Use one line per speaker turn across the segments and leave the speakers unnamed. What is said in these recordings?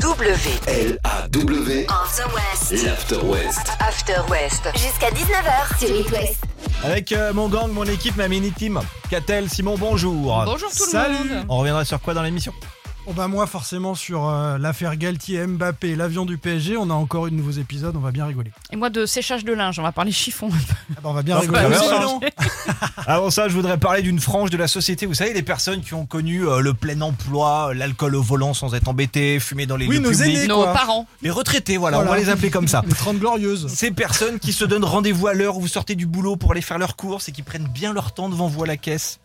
W.
L-A-W,
After West.
l'After West.
After West. Jusqu'à 19h sur It West.
Avec euh, mon gang, mon équipe, ma mini team. Catel, Simon, bonjour.
Bonjour tout le
Salut.
monde.
On reviendra sur quoi dans l'émission
Oh bah moi forcément sur euh, l'affaire Galtier, Mbappé, l'avion du PSG, on a encore eu de nouveaux épisodes, on va bien rigoler.
Et moi de séchage de linge, on va parler chiffon.
Ah bah, on va bien
Ah,
rigoler.
bah,
Mais
oui.
sinon,
Avant ça, je voudrais parler d'une frange de la société. Vous savez, les personnes qui ont connu euh, le plein emploi, euh, l'alcool au volant sans être embêtées, fumer dans les
Oui,
lieux
nos
publics.
aînés.
Nos
quoi
parents.
Les retraités, voilà, on
Voilà.
va les appeler comme ça.
les 30 glorieuses.
Ces personnes qui se donnent rendez-vous à l'heure où vous sortez du boulot pour aller faire leurs courses et qui prennent bien leur temps devant vous à la caisse.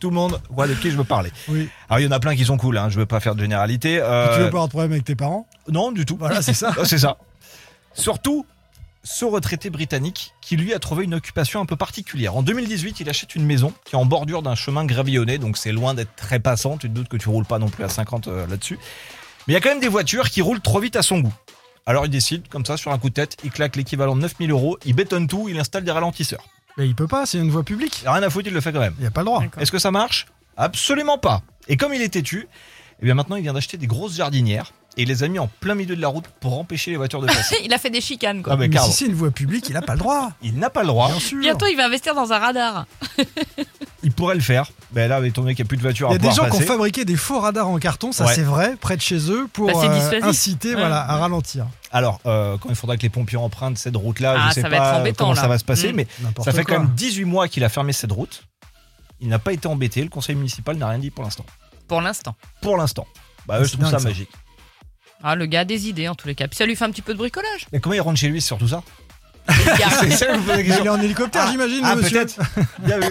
Tout le monde voit de qui je veux parler.
Oui.
Alors il y en a plein qui sont cool, hein, je veux pas faire de généralité.
Tu veux
Euh,
pas avoir de problème avec tes parents
Non, du tout.
Voilà, c'est ça.
Ah, c'est ça. Surtout ce retraité britannique qui lui a trouvé une occupation un peu particulière. En 2018, il achète une maison qui est en bordure d'un chemin gravillonné, donc c'est loin d'être très passant, tu te doutes que tu roules pas non plus à 50 euh, là-dessus. Mais il y a quand même des voitures qui roulent trop vite à son goût. Alors il décide, comme ça, sur un coup de tête, il claque l'équivalent de 9000 euros, il bétonne tout, il installe des ralentisseurs.
Mais il peut pas, c'est une voie publique.
Il a rien à foutre, il le fait quand même.
Il n'y a pas le droit.
D'accord.
Est-ce que ça marche Absolument pas. Et comme il est têtu, eh bien maintenant il vient d'acheter des grosses jardinières et il les a mis en plein milieu de la route pour empêcher les voitures de passer.
Eh, Il a fait des chicanes quoi.
Ah, bah, mais
Mais
carrément.
si c'est une voie publique, il a pas le droit.
Il n'a pas le droit.
Bien sûr.
Bientôt il va investir dans un radar.
Il pourrait le faire. Mais là, étant donné qu'il n'y a plus de voiture
Il y
à
a des
pouvoir
gens qui ont
passer.
fabriqué des faux radars en carton, ça
Ouais.
c'est vrai, près de chez eux pour
Bah, c'est
euh,
dissuasif.
inciter
Ouais,
voilà, à
ouais.
ralentir.
Alors, euh, quand il faudra que les pompiers empruntent cette route-là,
Ah,
je sais
ça
pas
va être embêtant,
comment ça
là.
va se passer,
Mm.
mais
N'importe
ça fait
quoi.
quand même 18 mois qu'il a fermé cette route. Il n'a pas été embêté. Le conseil municipal n'a rien dit pour l'instant.
Pour l'instant.
Pour l'instant. Bah, eux,
C'est
je trouve ça
dingue, ça.
magique.
Ah le gars a des idées en tous les cas. Puis ça lui fait un petit peu de bricolage.
Mais comment il rentre chez lui, c'est surtout ça
Il y a-
C'est ça que je vous pose la
Mais il est
question.
en hélicoptère,
Ah,
j'imagine,
ah,
le monsieur.
peut-être. Bien vu.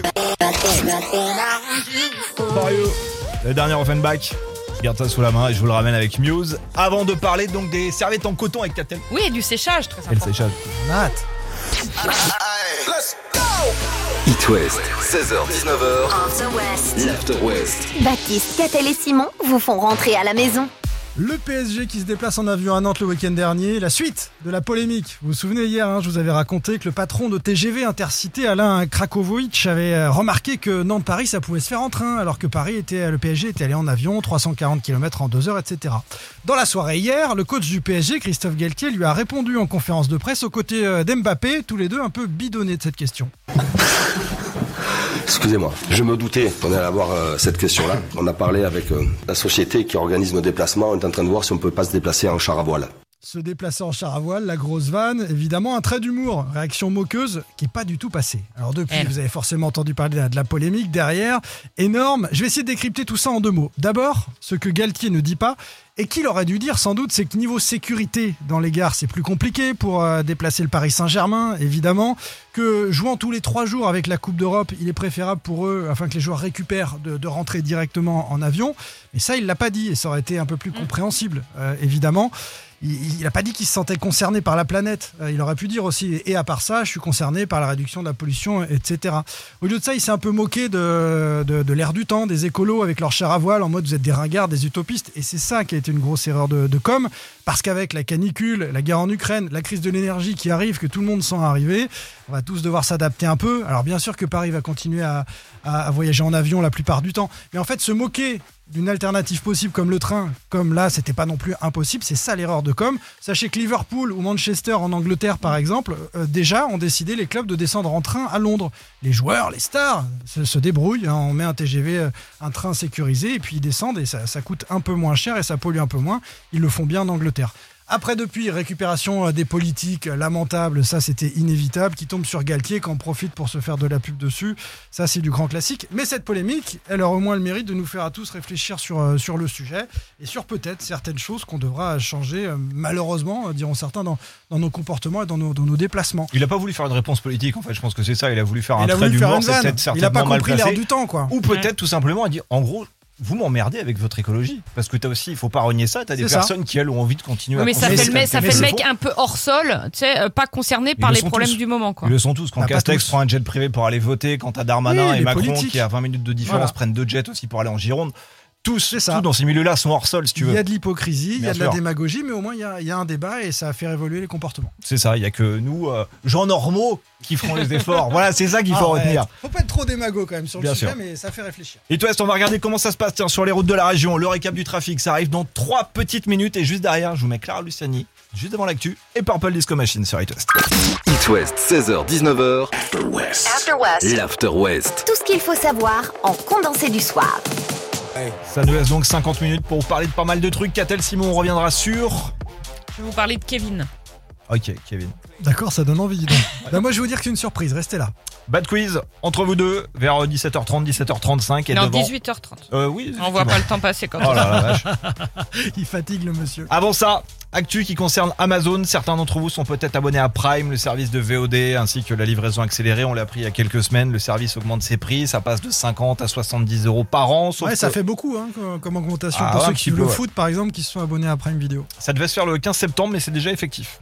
Mario, le dernier Offenbach. Je garde ça sous la main et je vous le ramène avec Muse. Avant de parler donc des serviettes en coton avec Catel.
Oui et du séchage très
Elle
important.
s'échappe.
On a hâte.
It West, 16h-19h,
After West.
l'After West.
Baptiste, Catel et Simon vous font rentrer à la maison.
Le PSG qui se déplace en avion à Nantes le week-end dernier, la suite de la polémique. Vous vous souvenez hier, hein, je vous avais raconté que le patron de TGV Intercité, Alain Krakovic, avait euh, remarqué que Nantes-Paris, ça pouvait se faire en train, alors que Paris était, le PSG était allé en avion, 340 km en 2 heures, etc. Dans la soirée hier, le coach du PSG, Christophe Galtier, lui a répondu en conférence de presse aux côtés euh, d'Mbappé, tous les deux un peu bidonnés de cette question.
Excusez-moi, je me doutais qu'on allait avoir euh, cette question-là. On a parlé avec euh, la société qui organise nos déplacements. On est en train de voir si on peut pas se déplacer en char à voile.
Se déplacer en char à voile, la grosse vanne, évidemment un trait d'humour, réaction moqueuse qui n'est pas du tout passée. Alors depuis,
Elle.
vous avez forcément entendu parler de la- de la polémique derrière, énorme. Je vais essayer de décrypter tout ça en deux mots. D'abord, ce que Galtier ne dit pas et qu'il aurait dû dire sans doute, c'est que niveau sécurité dans les gares, c'est plus compliqué pour euh, déplacer le Paris Saint-Germain, évidemment. Que jouant tous les trois jours avec la Coupe d'Europe, il est préférable pour eux, afin que les joueurs récupèrent, de, de rentrer directement en avion. Mais ça, il l'a pas dit et ça aurait été un peu plus compréhensible, euh, évidemment. Il n'a pas dit qu'il se sentait concerné par la planète. Euh, Il aurait pu dire aussi, et à part ça, je suis concerné par la réduction de la pollution, etc. Au lieu de ça, il s'est un peu moqué de, de, de l'air du temps, des écolos avec leur char à voile, en mode vous êtes des ringards, des utopistes. Et c'est ça qui a été une grosse erreur de, de com, parce qu'avec la canicule, la guerre en Ukraine, la crise de l'énergie qui arrive, que tout le monde sent arriver, on va tous devoir s'adapter un peu. Alors bien sûr que Paris va continuer à, à- à voyager en avion la plupart du temps, mais en fait se moquer d'une alternative possible comme le train, comme là, c'était pas non plus impossible, c'est ça l'erreur de com. Sachez que Liverpool ou Manchester en Angleterre, par exemple, euh, déjà ont décidé les clubs de descendre en train à Londres. Les joueurs, les stars se, se débrouillent, hein. on met un TGV, euh, un train sécurisé, et puis ils descendent, et ça, ça coûte un peu moins cher et ça pollue un peu moins. Ils le font bien en Angleterre. Après, depuis, récupération euh, des politiques euh, lamentable, ça c'était inévitable, qui tombe sur Galtier, qui en profite pour se faire de la pub dessus. Ça, c'est du grand classique. Mais cette polémique, elle aura au moins le mérite de nous faire à tous réfléchir sur, euh, sur le sujet et sur peut-être certaines choses qu'on devra changer, euh, malheureusement, euh, diront certains, dans, dans nos comportements et dans nos, dans nos déplacements.
Il n'a pas voulu faire une réponse politique, en fait. Je pense que c'est ça. Il a voulu faire un
il a
trait
voulu faire
d'humour.
une
C'est
vanne.
peut-être
Il n'a pas
certainement mal
compris l'air
placé.
du temps, quoi.
Ou peut-être tout simplement, il dit en gros, vous m'emmerdez avec votre écologie. Parce que t'as aussi, il faut pas renier ça. T'as des
C'est ça.
personnes qui, elles, ont envie de continuer
Oui,
à
mais ça
consommer
fait le mec,
cette
ça fait le
qualité.
mec un peu hors sol, tu sais, euh, pas concerné par
le
les
sont
problèmes
tous.
du moment quoi.
Ils le sont tous. Quand
Bah, pas
Castex
tous.
prend un jet privé pour aller voter, quand t'as Darmanin
Oui,
et
les
Macron
politiques.
qui, à 20 minutes de différence,
Voilà.
prennent deux jets aussi pour aller en Gironde.
Tous,
Tous
ça.
dans ces milieux-là sont hors sol, si tu
Il y a
veux.
de l'hypocrisie, il y
Bien
a de la
sûr.
démagogie, mais au moins il y a, il y a un débat et ça a fait évoluer les comportements.
C'est ça, il y a que nous, euh, gens normaux, qui feront les efforts. voilà, c'est ça qu'il faut
Arrête.
retenir.
Faut pas être trop démago quand même sur le
Bien
sujet,
sûr.
mais ça fait réfléchir.
Et toi, on va regarder comment ça se passe tiens, sur les routes de la région. Le récap du trafic, ça arrive dans 3 petites minutes. Et juste derrière, je vous mets Clara Luciani, juste avant l'actu, et Purple Disco Machine sur It West.
It West, 16h-19h,
After West.
l'After West.
Tout ce qu'il faut savoir en condensé du soir.
Ça nous laisse donc 50 minutes pour vous parler de pas mal de trucs. Catel Simon, on reviendra sur.
Je vais vous parler de Kevin.
Ok, Kevin.
D'accord, ça donne envie. dis donc. Bah, moi je vais vous dire qu'une surprise, restez là.
Bad quiz entre vous deux vers euh, 17h30, 17h35 et
non,
devant.
18h30.
Euh, oui.
On voit
effectivement.
pas le temps passer quand
Oh
même.
là là, vache.
Il fatigue le monsieur.
Avant ça, actu qui concerne Amazon. Certains d'entre vous sont peut-être abonnés à Prime, le service de VOD, ainsi que la livraison accélérée. On l'a pris il y a quelques semaines. Le service augmente ses prix. Ça passe de 50 à 70 euros par an. Sauf
Ouais, ça
que
fait beaucoup hein, comme- comme augmentation
Ah,
pour
un
ceux
petit
qui
peu,
le
ouais.
foot par exemple qui se sont abonnés à Prime Video.
ça devait se faire le 15 septembre, mais c'est déjà effectif.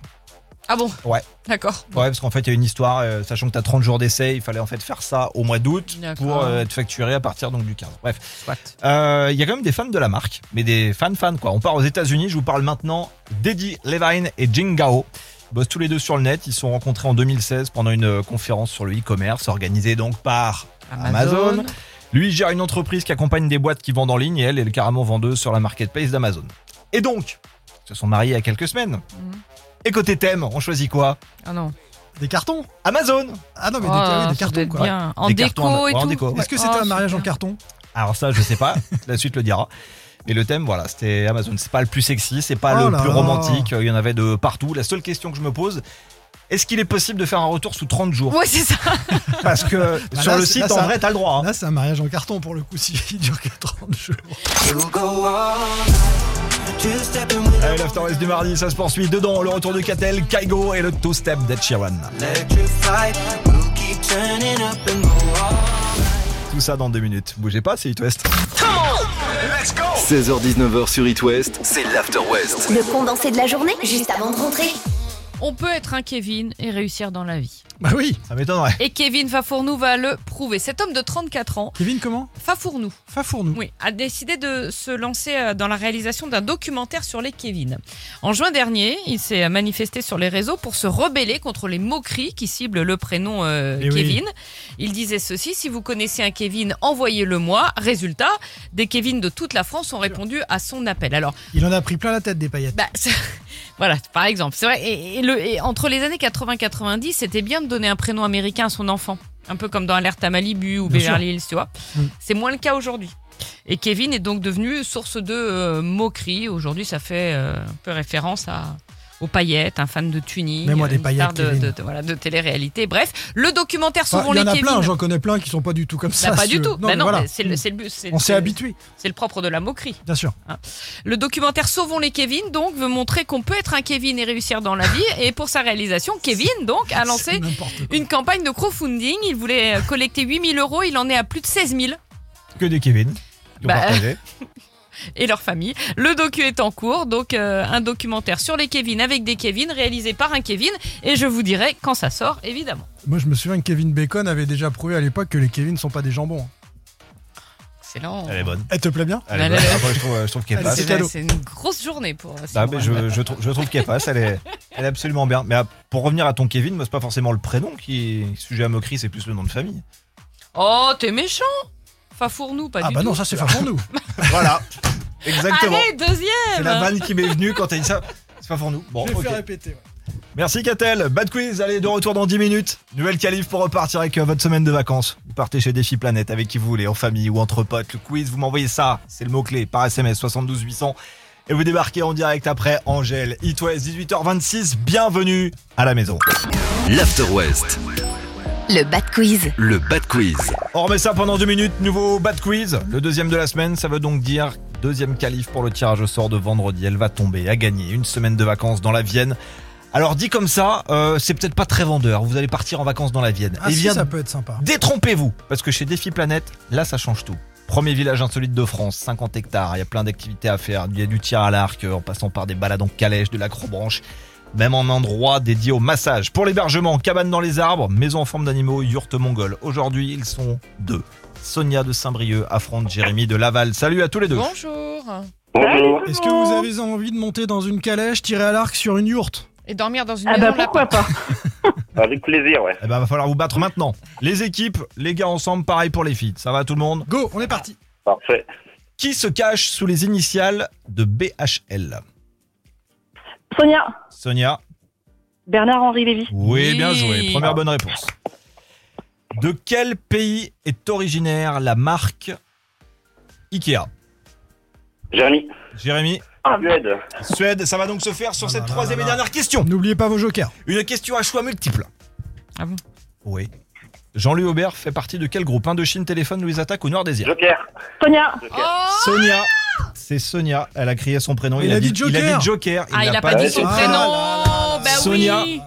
Ah bon
Oh Ouais.
D'accord.
Ouais, parce qu'en fait, il y a une histoire. euh, sachant que tu as 30 jours d'essai, il fallait en fait faire ça au mois d'août
D'accord.
pour euh, être facturé à partir donc du 15. Bref.
Soit.
Euh, Il y a quand même des fans de la marque, mais des fans fans quoi. On part aux États-Unis. Je vous parle maintenant d'Eddie Levine et Jing Gao. Ils bossent tous les deux sur le net. Ils se sont rencontrés en 2016 pendant une euh, conférence sur le e-commerce organisée donc par Amazon.
Amazon.
Lui gère une entreprise qui accompagne des boîtes qui vendent en ligne et elle est carrément vendeuse sur la marketplace d'Amazon. Et donc, ils se sont mariés il y a quelques semaines.
Mhm.
Et côté thème, on choisit quoi
Ah non.
Des cartons
Amazon.
Ah non mais
Oh,
des, ah oui, des
ça doit
cartons
être
quoi.
bien. En
Des
déco
cartons,
et
en
tout.
déco, ouais.
Est-ce que c'était
Oh,
un mariage en
super.
carton
Alors ça, je sais pas. La suite le dira. Mais le thème, voilà, c'était Amazon. C'est pas le plus sexy, c'est pas
Oh
le
là
plus
là.
romantique. Il y en avait de partout. La seule question que je me pose, est-ce qu'il est possible de faire un retour sous 30 jours
Ouais, c'est ça.
Parce que
Bah
sur
là,
le
c'est-
site,
là, ça-
en vrai, t'as le droit. hein.
Là c'est un mariage en carton pour le coup s'il dure 40 jours.
Allez, l'After West du mardi, ça se poursuit. Dedans, le retour de Catel, Kaigo et le two-step d'Ed Sheeran. Tout ça dans deux minutes. Bougez pas, c'est It West.
16h-19h sur It West, c'est l'After West.
Le condensé de la journée, juste avant de rentrer.
On peut être un Kevin et réussir dans la vie.
Bah oui.
Ça m'étonnerait.
Et Kevin Fafournou va le prouver. Cet homme de 34 ans,
Kevin comment
Fafournou,
Fafournou.
oui, a décidé de se lancer euh, dans la réalisation d'un documentaire sur les Kevin. En juin dernier, il s'est manifesté sur les réseaux pour se rebeller contre les moqueries qui ciblent le prénom euh,
Eh oui.
Kevin. Il disait ceci si vous connaissez un Kevin, envoyez-le-moi. Résultat, des Kevin de toute la France ont répondu à son appel. Alors,
Il en a pris plein la tête des paillettes.
bah, c'est- voilà, par exemple. C'est vrai. Et, et le, et entre les années 80-90, c'était bien de donner un prénom américain à son enfant. Un peu comme dans Alerte à Malibu ou
Bien
Beverly Hills, tu vois.
Mm.
C'est moins le cas aujourd'hui. Et Kevin est donc devenu source de euh, moqueries. Aujourd'hui, ça fait euh, un peu référence à, aux paillettes, un fan de tuning,
Mets-moi des
une star
paillettes,
de,
Kevin.
de- de- voilà, de télé-réalité. Bref, le documentaire
Enfin,
Sauvons
il y en
les
a
Kevin.
plein, j'en connais plein qui sont pas du tout comme
Bah,
ça.
pas
si
du
tu veux.
tout. Bah
mais
non,
voilà.
mais c'est le, c'est le but. c'est-
On
c'est-
s'est habitué,
C'est le propre de la moquerie.
bien sûr.
Le documentaire Sauvons les Kevin donc veut montrer qu'on peut être un Kevin et réussir dans la vie. Et pour sa réalisation, Kevin donc a
C'est
lancé
n'importe quoi.
une campagne de crowdfunding. Il voulait euh, collecter 8000 euros, il en est à plus de 16 000
Que des Kevin. qui ont
Bah,
partagé.
et leur famille. Le docu est en cours, donc euh, un documentaire sur les Kevin avec des Kevin réalisé par un Kevin. Et je vous dirai quand ça sort, évidemment.
Moi, je me souviens que Kevin Bacon avait déjà prouvé à l'époque que les Kevin ne sont pas des jambons.
Excellent.
Elle est bonne.
Elle te plaît bien
Elle est
Bah,
bonne.
là-
Après, je trouve, euh, je trouve qu'elle
Elle
passe.
c'est
C'est vrai,
cadeau.
c'est une grosse journée pour. euh,
Bah,
Sandra.
mais je, je, trouve- je trouve qu'elle passe, elle est, elle est absolument bien. Mais ah, pour revenir à ton Kevin, moi, c'est pas forcément le prénom qui est sujet à moquerie, c'est plus le nom de famille.
Oh, t'es méchant Fafournou, pas
Ah
du
bah
tout.
non, ça c'est fort pour nous.
Voilà, exactement.
Allez,
C'est la
deuxième
vanne qui m'est venue quand t'as dit ça. C'est pas pour nous. Bon, ok.
répéter.
Merci Catel. Bad quiz, allez de retour dans 10 minutes. Nouvelle qualif pour repartir avec euh, votre semaine de vacances. Vous partez chez Défi Planète avec qui vous voulez, en famille ou entre potes. Le quiz, vous m'envoyez ça, c'est le mot-clé par SMS 72 800. Et vous débarquez en direct après Angèle. It West, 18h26, bienvenue à la maison.
L'After West,
Le bad quiz.
le Bad Quiz.
On remet ça pendant deux minutes, nouveau bad quiz. Le deuxième de la semaine, ça veut donc dire deuxième qualif pour le tirage au sort de vendredi. Elle va tomber, à gagner une semaine de vacances dans la Vienne. Alors dit comme ça, euh, c'est peut-être pas très vendeur. Vous allez partir en vacances dans la Vienne.
Ah
Eh
si,
bien,
ça peut être sympa.
détrompez-vous, parce que chez Défi Planète, là ça change tout. Premier village insolite de France, 50 hectares, il y a plein d'activités à faire. Il y a du tir à l'arc, euh, en passant par des balades en calèche, de l'acrobranche. même en endroit dédié au massage. Pour l'hébergement, cabane dans les arbres, maison en forme d'animaux, yurte mongole. Aujourd'hui, ils sont deux. Sonia de Saint-Brieuc affronte Jérémy de Laval. Salut à tous les deux.
Bonjour.
Bonjour.
Est-ce que vous avez envie de monter dans une calèche, tirer à l'arc sur une yourte
Et dormir dans une
Ah
maison
bah
de lapin.
pourquoi pas
Avec plaisir, ouais.
Eh ben, va falloir vous battre maintenant. Les équipes, les gars ensemble, pareil pour les filles. Ça va tout le monde
Go, on est parti.
Parfait.
Qui se cache sous les initiales de BHL
Sonia,
Sonia
Bernard-Henri Lévy,
Oui,
Oui.
bien joué. Première bonne réponse. De quel pays est originaire la marque Ikea
Jérémy.
Jérémy
Suède.
Suède, ça va donc se faire sur
Ah
cette
là là
troisième
là
et
là.
dernière question.
Oh, N'oubliez pas vos jokers.
Une question à choix multiple.
Ah bon
Oui. Jean-Louis Aubert fait partie de quel groupe Indochine Téléphone Louis Attaque ou Nord Désir
Joker.
Sonia,
Oh
Sonia. C'est Sonia. Elle a crié son prénom.
Il a dit
Il a
Joker.
dit Joker.
Ah, il
n'a
a pas dit son
Ah,
prénom.
là, là, là, là.
Ben
Sonia.
oui.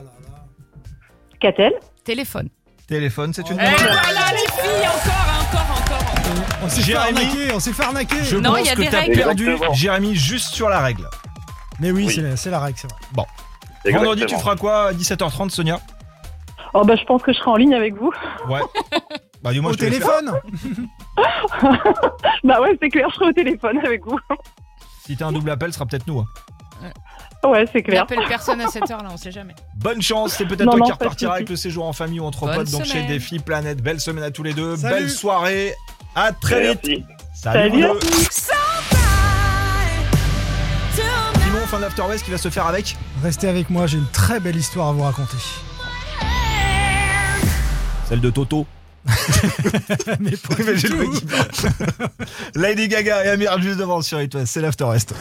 Catel,
Téléphone.
Téléphone, c'est une
Eh
bonne réponse.
voilà les filles, encore, encore, encore. encore.
On s'est fait
Jérémy.
arnaquer, on s'est fait arnaquer.
Je
Non, il
pense
y a
que
des
t'as
règles.
perdu,
Exactement.
Jérémy, juste sur la règle.
Mais oui,
Oui.
c'est la- c'est la règle, c'est vrai.
Vendredi, tu
Exactement.
feras quoi à 17h30, Sonia
oh bah je pense que je serai en ligne avec vous.
Ouais. Bah, dis-moi,
Au
je te laisse.
téléphone
Bah ouais, c'est clair, je serai au téléphone avec vous.
Si t'as un double appel, ce sera peut-être nous. hein.
Ouais, c'est clair.
N'appelle personne à cette heure-là, on sait jamais.
Bonne chance, c'est peut-être
Non,
toi
non,
qui
pas de
repartiras
soucis.
avec le séjour en famille ou entre
Bonne
potes, donc chez
semaine.
Défi Planète. Belle semaine à tous les deux,
Salut.
belle soirée, à très vite.
Merci.
Salut.
Salut.
Bruno. Simon, fin d'After West qui va se faire avec.
Restez avec moi, j'ai une très belle histoire à vous raconter.
Celle de Toto.
Mais pas
Mais
du
j'ai le mec
tout.
qui parle. Lady Gaga et Amir juste devant sur It West, c'est l'After West.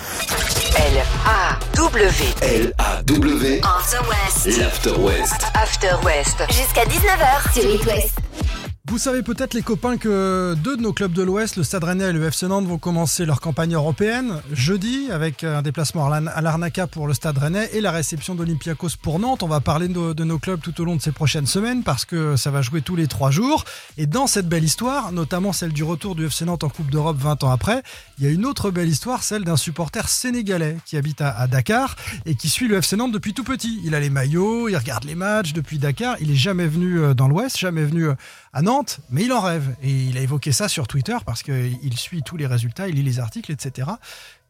L-A-W.
L-A-W,
On the West.
l'After West.
After West.
Jusqu'à 19h sur It West.
Vous savez peut-être les copains que deux de nos clubs de l'Ouest, le Stade Rennais et le FC Nantes, vont commencer leur campagne européenne jeudi avec un déplacement à l'Arn- à l'Arnaca pour le Stade Rennais et la réception d'Olympiakos pour Nantes. On va parler de, nos- de nos clubs tout au long de ces prochaines semaines parce que ça va jouer tous les trois jours. Et dans cette belle histoire, notamment celle du retour du FC Nantes en Coupe d'Europe 20 ans après, il y a une autre belle histoire, celle d'un supporter sénégalais qui habite à- à Dakar et qui suit le FC Nantes depuis tout petit. Il a les maillots, il regarde les matchs depuis Dakar. Il est jamais venu euh, dans l'Ouest, jamais venu euh, à Nantes, mais il en rêve. Et il a évoqué ça sur Twitter parce qu'il suit tous les résultats, il lit les articles, etc.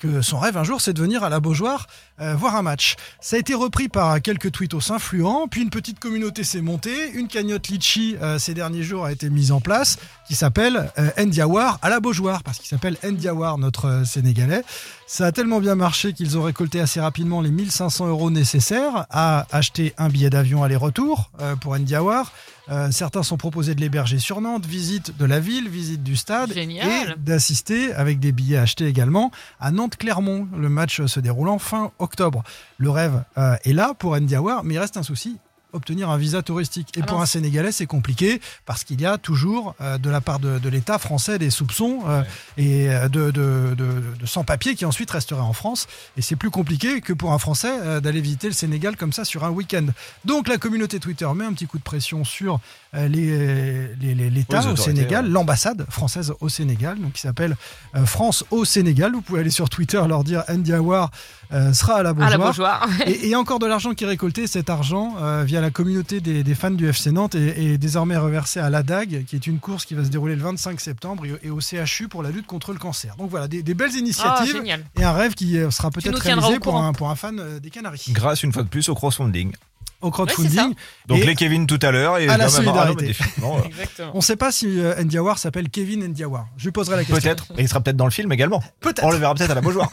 Que son rêve un jour, c'est de venir à la Beaujoire euh, voir un match. Ça a été repris par quelques tweetos influents, puis une petite communauté s'est montée. Une cagnotte Litchi euh, ces derniers jours a été mise en place qui s'appelle euh, Ndiawar à la Beaujoire parce qu'il s'appelle Ndiawar, notre euh, Sénégalais. Ça a tellement bien marché qu'ils ont récolté assez rapidement les 1500 euros nécessaires à acheter un billet d'avion aller-retour euh, pour Ndiawar. Euh, certains sont proposés de l'héberger sur Nantes, visite de la ville, visite du stade
Génial.
et d'assister avec des billets achetés également à Nantes-Clermont. Le match euh, se déroulant fin octobre. Le rêve euh, est là pour Ndiawar, mais il reste un souci obtenir un visa touristique. Et
Ah
pour
mince.
un Sénégalais, c'est compliqué parce qu'il y a toujours euh, de la part de, de l'État français des soupçons euh, et euh, de, de, de- de sans-papiers qui ensuite resteraient en France. Et c'est plus compliqué que pour un Français euh, d'aller visiter le Sénégal comme ça sur un week-end. Donc la communauté Twitter met un petit coup de pression sur euh, les- les- les- l'État
Oui, les
au
autorités,
Sénégal,
ouais.
l'ambassade française au Sénégal, donc qui s'appelle euh, France au Sénégal. Vous pouvez aller sur Twitter leur dire Ndiawar euh, sera à la
À Ah, la
Beaujoire.
bourgeoise.
Et il y a encore de l'argent qui est récolté. Cet argent, euh, via la communauté des, des fans du FC Nantes, est, est désormais reversé à l'ADAG, qui est une course qui va se dérouler le 25 septembre, et, et au CHU pour la lutte contre le cancer. Donc voilà, des, des belles
Ah,
initiatives
génial.
et un rêve qui euh, sera peut-être
nous tiendras
réalisé
au
pour
courant.
un, pour un fan euh, des Canaries.
Grâce une fois de plus au crowdfunding.
Au
Ouais, c'est
crowdfunding.
Donc
Et-
les Kevin tout à l'heure et non,
À la
mais- ah, non,
solidarité.
mais définitivement, euh,
Exactement.
On ne sait pas si euh, Ndiawar s'appelle Kevin Ndiawar. Je lui poserai la question.
Peut-être, et il sera peut-être dans le film également.
Peut-être.
On le verra peut-être à la Beaujoire.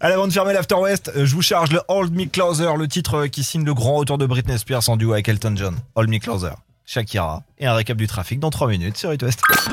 Allez, avant de fermer l'After West, euh, je vous charge le Hold Me Closer, le titre euh, qui signe le grand retour de Britney Spears en duo avec Elton John. Hold Me Closer, Shakira, et un récap du trafic dans 3 minutes sur It West.